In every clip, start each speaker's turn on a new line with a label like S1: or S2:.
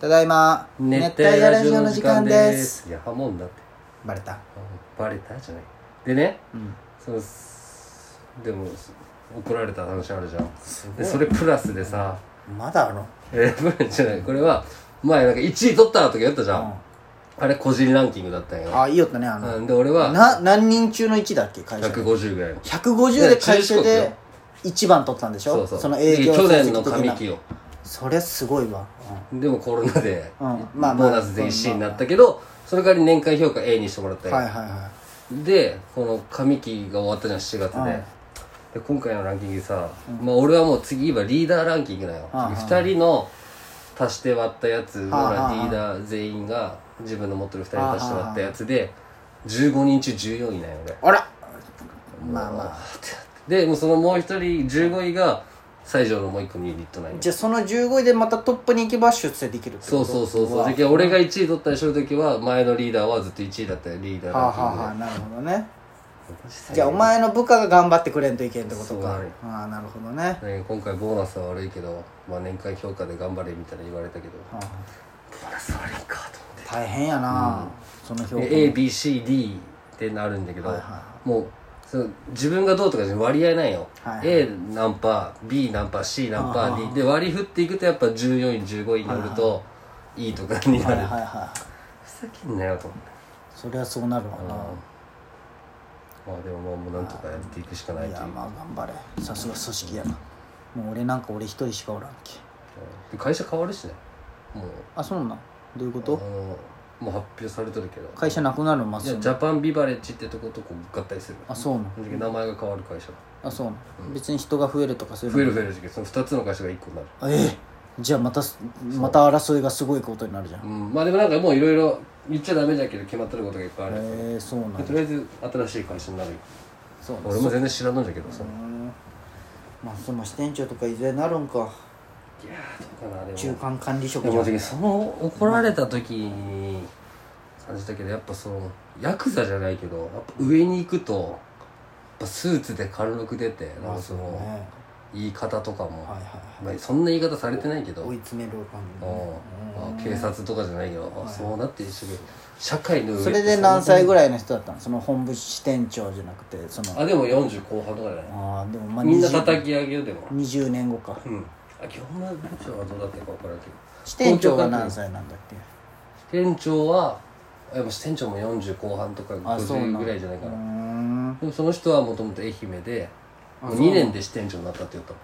S1: ただいま熱帯夜ラジオの時間です
S2: いやハモンだって
S1: バレた
S2: あバレたじゃないでね
S1: うん
S2: そのすでもす怒られた話あるじゃん
S1: す
S2: でそれプラスでさ
S1: まだあるの
S2: えープラスじゃないこれは前なんか1位取った時やったじゃん、あれ個人ランキングだったんよ
S1: あいいよったねあ
S2: う
S1: の
S2: んで俺は
S1: な何人中の1だっけ会社で
S2: 150ぐらいの
S1: 150で会社
S2: いや中四国よ
S1: で1番取ったんでしょ
S2: そうそう
S1: の営業
S2: で去年の
S1: 成績的
S2: 上
S1: な
S2: 期を
S1: それすごいわ
S2: でもコロナで、
S1: うん
S2: ボ
S1: まあまあ
S2: ーナスで1位になったけどそれ代わり年間評価 A にしてもらった
S1: うん
S2: よ、
S1: はいはいは
S2: でこの上期が終わったじゃん7月で,、
S1: うん
S2: で今回のランキングさ、まあ、俺はもう次今リーダーランキングだよ、
S1: うんうん
S2: 2人の足して割ったやつの
S1: うんうんうん
S2: リーダー全員が自分の持ってる2人の足して割ったやつで15人中14位なんよ
S1: い
S2: 俺
S1: あらまあまあ
S2: でもうそのもう1人15位が西条のもう1個ユニットなんよ
S1: じゃあその15位でまたトップに行けば出世できるってこと
S2: そうそうそうそう
S1: わ
S2: だけど俺が1位取ったりする時は前のリーダーはずっと1位だったよリーダー
S1: はあ
S2: ランキン
S1: はあはあ
S2: グで
S1: なるほどね
S2: 実際
S1: じゃあお前の部下が頑張ってくれんといけんってこと
S2: そう
S1: か
S2: なる
S1: ああなるほどね
S2: ね今回ボーナスは悪いけど、まあ、年間評価で頑張れみたいな言われたけど
S1: ああ
S2: ボーナス悪いかと
S1: 大変やな、その評
S2: 思
S1: 価
S2: って ABCD ってなるんだけど、
S1: はいは
S2: もうその自分がどうとかじゃ割合ないよ、
S1: はいはい
S2: A 何パー B 何パー C 何パ
S1: あ
S2: ー D で割り振っていくとやっぱ14位15位になるといいとかにな
S1: はい
S2: る、
S1: はいはい
S2: ふざけんなよと思って、
S1: そりゃそうなるわ
S2: うん
S1: な、
S2: まあでももうなんとかやっていくしかない
S1: い
S2: とい
S1: や
S2: う
S1: まあ頑張れさすが組織やなもう俺なんか俺一人しかおらんけ
S2: で会社変わるしねもう
S1: あそうなんどういうこ
S2: あの
S1: と
S2: もう発表されてるけど
S1: 会社なくなるまっ
S2: いや
S1: す
S2: ジャパンビバレッジってとことこう合体する
S1: あそうなん
S2: 名前が変わる会社
S1: あそうなん別に人が増えるとかそういう
S2: 増え
S1: の
S2: る増える時期その2つの会社が1個になる、
S1: ええじゃあまたすまた争いがすごいことになるじゃん
S2: う
S1: へ
S2: ん、まあでもなんかもういろいろ言っちゃダメだけど決まってることがいっぱいある、
S1: えそうなん
S2: でとりあえず新しい会社になる
S1: そうなん
S2: 俺も全然知らないんだけどさ、い
S1: まあその支店長とかいずれなるんか
S2: やーどうかなでも
S1: 中間管理職
S2: で
S1: じゃ
S2: も
S1: ん
S2: 正直その怒られた時に感じたけどやっぱそのヤクザじゃないけどやっぱ上に行くとやっぱスーツで貫禄出てなんかその
S1: ね
S2: 言い方とか
S1: は
S2: も、
S1: いはいはい
S2: まあ、そんな言い方されてないけど
S1: 追い詰める感じね
S2: うん警察とかじゃないけど、あそうなって一緒に社会の上
S1: それで何歳ぐらいの人だったのその本部支店長じゃなくてその
S2: あでも40後半とかじゃない
S1: ああでもまあ
S2: みんな
S1: 20
S2: 叩き上げよでも
S1: 20年後か
S2: うんあ業務部長はどうだったか分からんけど
S1: 支店長が何歳なんだっけ
S2: 店長はやっぱ支店長も40後半とか
S1: あそうなん
S2: 50ぐらいじゃないうか
S1: ー
S2: なんでもその人はもともと愛媛でもう2年で支店長になったって言ったの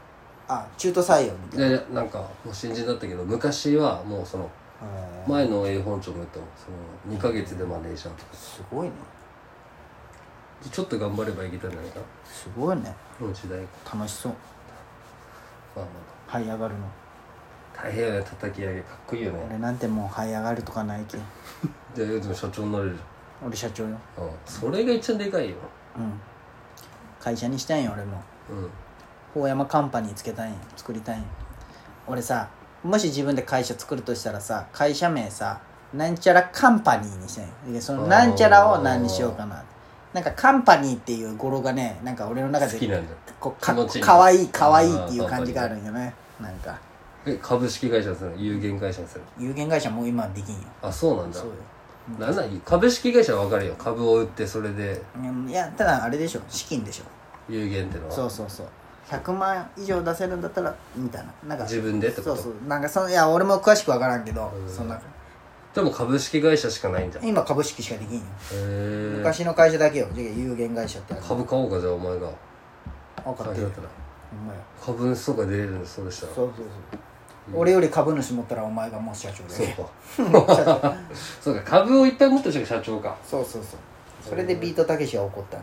S1: あ中途採用みたいなへ
S2: いやいやなんかもう新人だったけど昔はもうその
S1: え
S2: 前の A 本長も言ったもんその2ヶ月でマネージャーとか
S1: すごいね
S2: ちょっと頑張ればいけたんじゃないかな
S1: すごいね
S2: この時代ま
S1: 楽しそう
S2: あまあ
S1: 這い上がるの
S2: 大変やね叩き上げかっこいいよね
S1: 俺なんてもう這い上がるとかないけん
S2: じゃあでも社長になれるじ
S1: 俺社長よ
S2: ゃん、うん、それが一番でかいよ
S1: うん会社にしたいんよ俺も
S2: うん
S1: 大山カンパニーつけたいんよ作りたいんよ俺さもし自分で会社作るとしたらさ会社名さなんちゃらカンパニーにしたいんよでそのなんちゃらを何にしようかななんかカンパニーっていう語呂がねなんか俺の中
S2: 好き
S1: で
S2: なんだ
S1: こうか
S2: 気持ちいい
S1: かわいいかわいいっていう感じがあるんよねなんか
S2: え株式会社にするの有限会社にする
S1: 有限会社もう今はできんよ
S2: あそうなんだ
S1: そうよ
S2: なんなん株式会社は分かるよ株を売ってそれで
S1: うんいやただあれでしょ資金でしょ
S2: 有限ってのは
S1: そうそうそう100万以上出せるんだったらみたいななんか
S2: 自分でって
S1: そ
S2: こと
S1: うそうなんかそのいや俺も詳しく分からんけど
S2: うん
S1: そんな
S2: でも株式会社しかないんじゃんへ
S1: 今株式しかできんよ
S2: え
S1: 昔の会社だけよじゃあ有限会社ってある
S2: 株買おうかじゃあお前が
S1: 分かっ
S2: 会
S1: て
S2: 社
S1: る
S2: だったら
S1: ほんまや
S2: 株主とか出れるのそうでしたら
S1: そうそうそう俺より株主持ったらお前がもう社長 で
S2: そうか そうか株をいっぱい持ってる人が社長か
S1: そうそうそうそれでビートたけしは怒ったん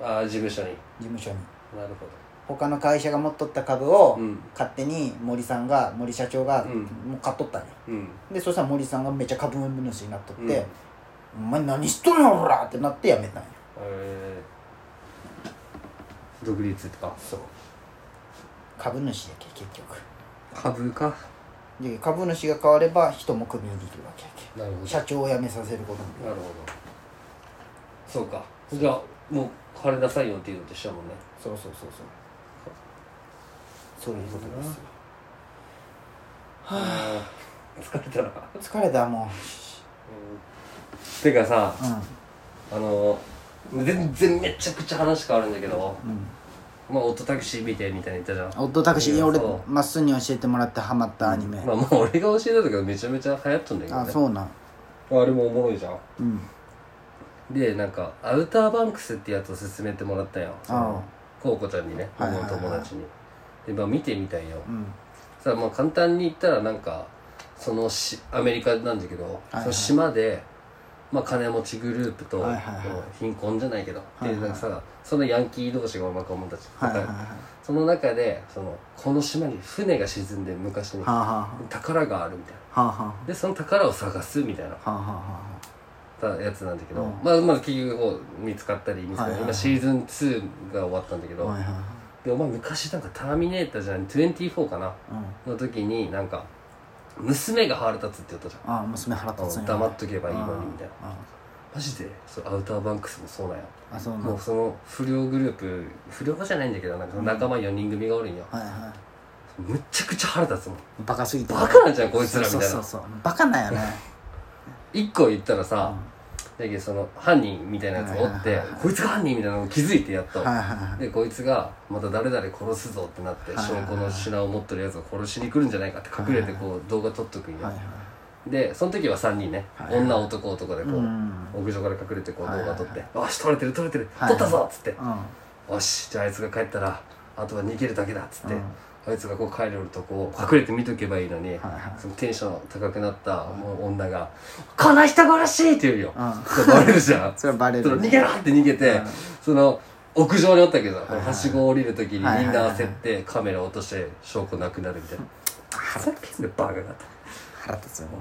S1: じゃん
S2: ああ事務所に
S1: 事務所に
S2: なるほ
S1: 他の会社が持っとった株を
S2: うん
S1: 勝手に森さんが森社長が
S2: う
S1: も
S2: ん
S1: う買っとったんよ
S2: どうん
S1: でそしたら森さんがめっちゃ株主になっとっ
S2: うん
S1: て「お前何しとんやろら!」ってなってやめたんよ
S2: えー、独立とか
S1: そう株主だけ結局
S2: 株か
S1: で株主が変われば人もクビにできるわけやけ
S2: なるほど
S1: 社長を辞めさせることも
S2: なるほどそうかじゃあもう金出さいよっていうのとしたもんね
S1: そうそうそうそうそういうことですよ
S2: はあ疲れたな
S1: 疲れたも
S2: てかさ
S1: う
S2: あの全然めちゃくちゃ話変わるんだけど
S1: うんうん
S2: まあオットタクシー見てみたいに言ったじゃん
S1: オットタクシーいや俺
S2: そ
S1: まっすーに教えてもらってハマったアニメ、
S2: まあもう俺が教えた時はめちゃめちゃ流行っとんだけど
S1: あ
S2: ね
S1: そうなん
S2: あれもおもろいじゃん
S1: うん
S2: でなんかアウターバンクスってやつを勧めてもらったよその
S1: あ
S2: こうこちゃんにね
S1: はいはいはい
S2: 僕の友達にでまあ見てみたいよ
S1: あうん
S2: さあまあ簡単に言ったらなんかそのしアメリカなんだけど、
S1: いはい
S2: その島で、まあ、金持ちグループと、
S1: はいはいはい
S2: こう貧困じゃないけど、
S1: はいはい
S2: でなんかさそのヤンキー同士が若者たち、
S1: はいはいはいは
S2: その中でそのこの島に船が沈んで昔に
S1: あはあ
S2: 宝があるみたいな
S1: はあはあはあ
S2: でその宝を探すみたいな
S1: はあはあは
S2: たやつなんだけど、
S1: うん
S2: まあまあ結局こう見つかったり見つかったり、
S1: はいはいはい
S2: 今シーズン2が終わったんだけ
S1: あ
S2: ど、
S1: はいはいはい
S2: でお前昔なんか「ターミネーター」じゃない24かな
S1: うん
S2: の時になんか娘が腹立つって言ったじゃん
S1: ああ娘腹立つんや
S2: 黙っとけばいいのにみたいな
S1: あ
S2: マジでそうアウターバンクスもそうなんや、
S1: ああそうなん
S2: も
S1: は
S2: うその不良グループ不良じゃないんだけどなんかその仲間4人組がおるんよ、
S1: いは
S2: むっちゃくちゃ腹立つもん
S1: いバカすぎて
S2: バカなんじゃんこいつらみたい
S1: そう
S2: な
S1: そうそうバカなんやね
S2: 一個言ったら
S1: うん
S2: さ
S1: は、
S2: だけどその犯人みたいなやつがおって、
S1: はいはいはいはい
S2: こいつが犯人みたいなのを気づいてやっと、
S1: いはいはい
S2: でこいつがまた誰々殺すぞってなって、
S1: はいはいはい
S2: 証拠の品を持ってるやつを殺しに来るんじゃないかって隠れてこう動画撮っとくんよ、
S1: はいはい
S2: でその時は3人ね、
S1: はいはい
S2: 女男男でこう、
S1: うん
S2: 屋上から隠れてこう動画撮っ
S1: はい
S2: て「よし撮れてる撮れてる
S1: はい
S2: 撮ったぞ」っつって
S1: うん
S2: 「よしじゃああいつが帰ったらあとは逃げるだけだ」っつって、
S1: うん
S2: あいつがこう帰るとこを隠れて見とけばいいのに、
S1: はいはい
S2: そのテンション高くなったもう女が「この人殺し!」って言うよ、
S1: うん
S2: それバレるじゃん
S1: それはバレ
S2: そ
S1: る
S2: の逃げろって逃げて、
S1: うん
S2: その屋上におったけど、
S1: いはい
S2: はしご降りる時にみん
S1: はいはいはい
S2: な焦ってカメラ落として証拠なくなるみたいな、ふざけんなバカがと
S1: 腹立つよね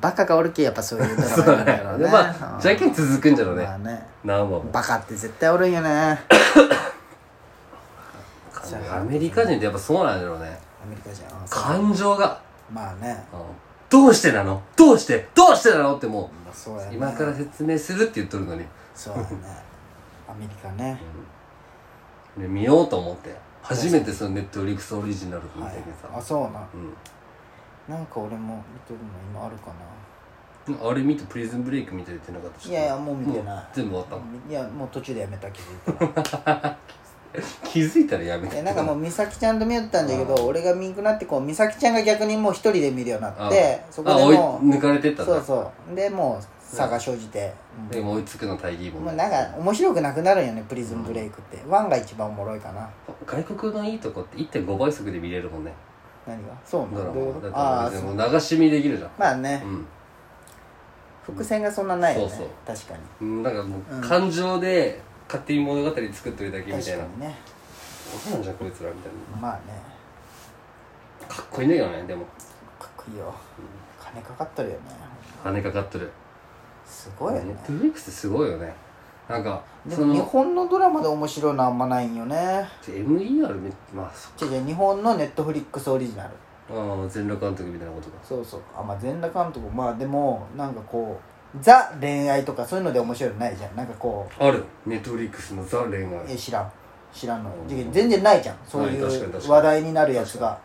S1: バカがおるけやっぱそういうドラマ
S2: そう
S1: なん
S2: だ
S1: だろ
S2: よな
S1: う
S2: で
S1: ね
S2: まあじゃんけん続くんじゃろうね
S1: まあね
S2: 何本も
S1: バカって絶対おるんよねじゃあ
S2: アメリカ人ってやっぱそうなんだろうね
S1: アメリカじゃん
S2: 感情が、
S1: まあね
S2: うんどうしてなのどうしてどうしてなのっても
S1: まあそうや
S2: う
S1: ね
S2: 今から説明するって言っとるのに、
S1: そうやねアメリカね
S2: うんで見ようと思って初めてそのネットフリックスオリジナルみた
S1: はいい
S2: な
S1: あ
S2: さ、
S1: そうな
S2: うん
S1: なんか俺も見とるの今あるかな
S2: あれ見てプリズンブレイク見てるってなかった
S1: いやいやもう見てない
S2: もう全部終わっ
S1: いやもう途中でやめた気 づいたら
S2: たの気づいたらやめ
S1: い
S2: て
S1: やなんかもう美咲ちゃんと見よったんだけど俺が見んくなってこう美咲ちゃんが逆にもう一人で見るようになって
S2: あ
S1: そこで
S2: あ追い
S1: もう
S2: 抜かれてったんだ
S1: そうそうでもう差が生じてうん
S2: でも追いつくの大義も
S1: もうなんか面白くなくなるんよねプリズンブレイクってワンが一番おもろいかな
S2: 外国のいいとこって1.5倍速で見れるもんね
S1: 何がそう
S2: ド
S1: な
S2: ラ
S1: のど
S2: マ
S1: うい
S2: は
S1: うこ
S2: だ
S1: と
S2: から
S1: ああ
S2: 別
S1: そ
S2: に
S1: う
S2: もう流し見できるじゃん
S1: まあね
S2: うん
S1: 伏線がそんなないよね
S2: そうそう
S1: 確かに
S2: うんなんかも
S1: うん
S2: う感情で勝手に物語作ってるだけみたい
S1: 確
S2: な
S1: かにね
S2: そうなんじゃんこいつらみたい
S1: まあね
S2: なかっこいいんだけどねでも
S1: かっこいいよ金かかっとるよね
S2: 金かかってる
S1: すごいよ
S2: ネ
S1: ね
S2: ットフリックスってすごいよねなんか
S1: で
S2: そ
S1: も日
S2: の
S1: 本のドラマで面白いのあんまないんよね
S2: MER めまあそ
S1: 違う違う日本のネットフリックスオリジナル
S2: ああ全裸監督みたいなことか
S1: そうそうあまあ全裸監督まあでもなんかこうザ恋愛とかそういうので面白いのないじゃんなんかこ
S2: あるネットフリックスのザ恋愛
S1: うえ知らん知らんのよ
S2: うん
S1: で全然ないじゃんそうい
S2: ない確かに確か
S1: う
S2: に
S1: 話題になるやつが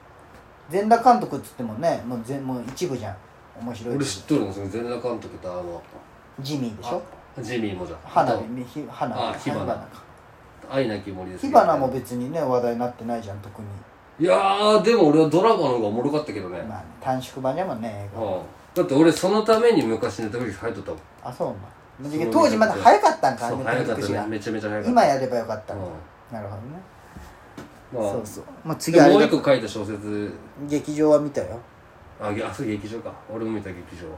S1: 全裸監督っつってもねもう全もう一部じゃん面白い
S2: 俺知っとるのその全裸監督とあの
S1: ジミーでしょ
S2: あジミーもじゃん
S1: 花火
S2: あ
S1: みひ花
S2: あ火花
S1: か
S2: と愛なき森です
S1: 火花も別にね話題になってないじゃん特に
S2: いやーでも俺はドラマの方がおもろかったけどね、
S1: まあ、短縮版じゃもんね映画
S2: はあ、だって俺そのために昔ネットフリックス入っとったもん
S1: あそうなん
S2: そう
S1: 当時まだ早かったんか
S2: そう
S1: ネ
S2: 早
S1: ットフ
S2: か
S1: リッ
S2: っ
S1: クス
S2: たね
S1: が
S2: めちゃめちゃ早かった
S1: 今やればよかったんだ
S2: うん
S1: なるほどね
S2: まあ
S1: そうそうまあ
S2: で
S1: 次あ
S2: もう
S1: れ
S2: 一
S1: だ
S2: 個書いた小説
S1: 劇場は見たよ
S2: あげあそう劇場か俺も見た劇場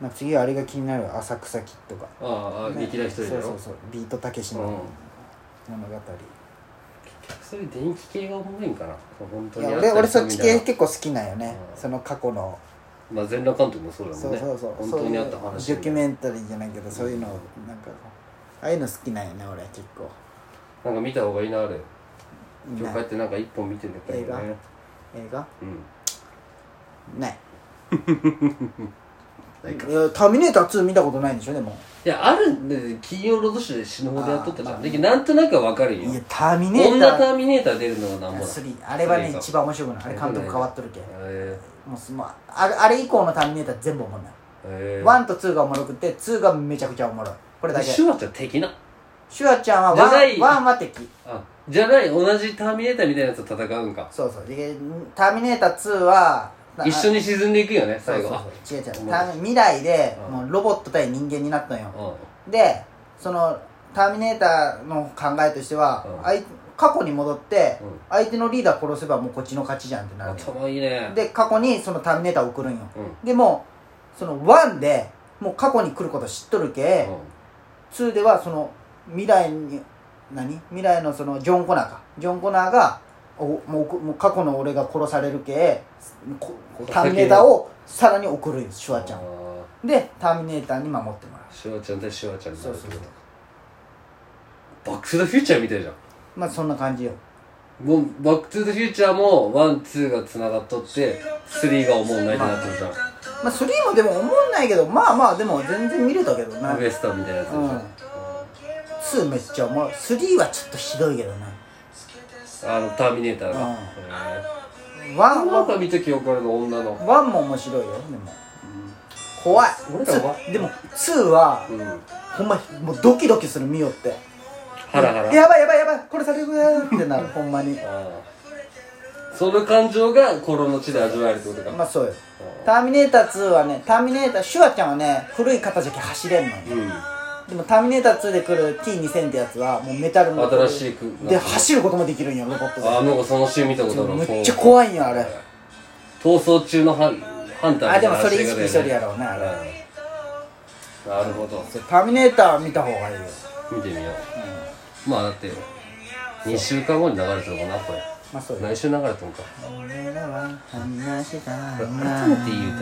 S1: まあ次はあれが気になるよ浅草キッドが
S2: ああ、
S1: ね
S2: 劇団一人だろ
S1: そうそうそうビートたけしの物語
S2: そういう電気系がおもろいんかな本当
S1: い
S2: に
S1: や
S2: あた
S1: 俺
S2: り
S1: 俺そっち
S2: みたい
S1: 系
S2: な
S1: 結構好きなんよね
S2: うん
S1: その過去の
S2: まあ全裸監督もそうだも
S1: そ
S2: ん
S1: う
S2: ね
S1: そうそう
S2: 本当にあった話
S1: そういうドキュメンタリーじゃないけどそういうのをなんかああいうの好きなんよね俺結構
S2: なんか見た方がいいなあれ
S1: みん
S2: 今
S1: な
S2: 日帰ってなんか一本見てんだけど
S1: 映画
S2: ね
S1: 映画
S2: うん
S1: ない
S2: ないか
S1: いやターミネーター2見たことないんでしょでも
S2: いやあるんで金曜ロードショーで死ぬほどやっとったじゃ
S1: あーまあ
S2: んだけどなんとなくはわかるん
S1: い
S2: よ
S1: やターミネー
S2: 女タ
S1: ター
S2: ーミネーター出るのはなんぼだ
S1: 3あれはね
S2: スリーか
S1: 一番面白くないあれ監督変わっとるけ
S2: え
S1: もうすもうあれあれ以降のターミネーター全部おもろない、
S2: え
S1: ワン1と2がおもろくて2がめちゃくちゃおもろいこれだけ
S2: シュワちゃん的な
S1: シュワちゃんは
S2: じゃな
S1: 1
S2: い
S1: ワンは敵
S2: あじゃない同じターミネーターみたいなやつと戦うんか
S1: そうそうでターミネーター2はな
S2: 一緒に沈んでいくよね
S1: そう
S2: 最
S1: そ
S2: 後
S1: う
S2: あ
S1: そう違う違う
S2: おも
S1: タ
S2: ろい
S1: ーミ未来で
S2: うん
S1: もうロボット対人間になったんよ
S2: うん
S1: でそのターミネーターの考えとしては、
S2: うん
S1: あい過去に戻って、
S2: うん
S1: 相手のリーダー殺せばもうこっちの勝ちじゃんってなる
S2: 頭いいね
S1: で過去にそのターミネーターを送るんよ
S2: うん
S1: でもその1でもう過去に来ること知っとるけ、2ではその未来に何未来のそのジョン・コナーかジョン・コナーがおもうこもう過去の俺が殺されるけこターミネーターをさらに送るよシュワちゃんを
S2: ん
S1: でターミネーターに守ってもら
S2: シュワちゃん対シュワちゃんになるってこと
S1: そうそう
S2: バック・トゥ・ザ・フューチャーみたいじゃん
S1: うまあそんな感じよ
S2: もうバック・トゥ・ザ・フューチャーもワン・ツーが繋がっとってスリーが思うないになってるじゃ
S1: まあ3もでも思わないけどまあまあでも全然見れたけどなん
S2: ウエスタンみたいなやつでしょ、
S1: うん
S2: あ
S1: 2めっちゃおもろい3はちょっとひどいけどね
S2: のターミネーターが、
S1: うん
S2: へえ
S1: 1
S2: あの
S1: は
S2: 中見た記憶あるの女の
S1: 1も面白いよでも怖い
S2: 俺らは
S1: つでも2は
S2: うん
S1: ほんまもうドキドキする見よって
S2: ハラハラ
S1: やばいやばいやばいこれされるやってなるほんまに
S2: ああその感情が心の地で味わえるってことか、
S1: まあそうよ
S2: あ
S1: ターミネーター2はねターミネーターシュワちゃんはね古い形だけ走れんのよ
S2: あうん
S1: でもターミネーター2で来る T2000 ってやつはもうメタルも
S2: 新しいく
S1: で走ることもできるんよロボットで
S2: ああなんかそのシーン見たことある
S1: めっちゃ怖いんよあれ
S2: 逃走中のハンハンター
S1: あ
S2: みた
S1: で
S2: い
S1: も
S2: な
S1: それ意
S2: 話
S1: 識し
S2: だ
S1: とる
S2: よね
S1: やろうねあれ
S2: うんなるほど
S1: ターミネーター見た方がいいよ、
S2: 見てみ
S1: う
S2: よ
S1: ん、
S2: うまあだって2週間後に流れてるのかなこれ
S1: まあそうよ
S2: 来週流れてるのか
S1: 俺らは話したいな
S2: 改めていい歌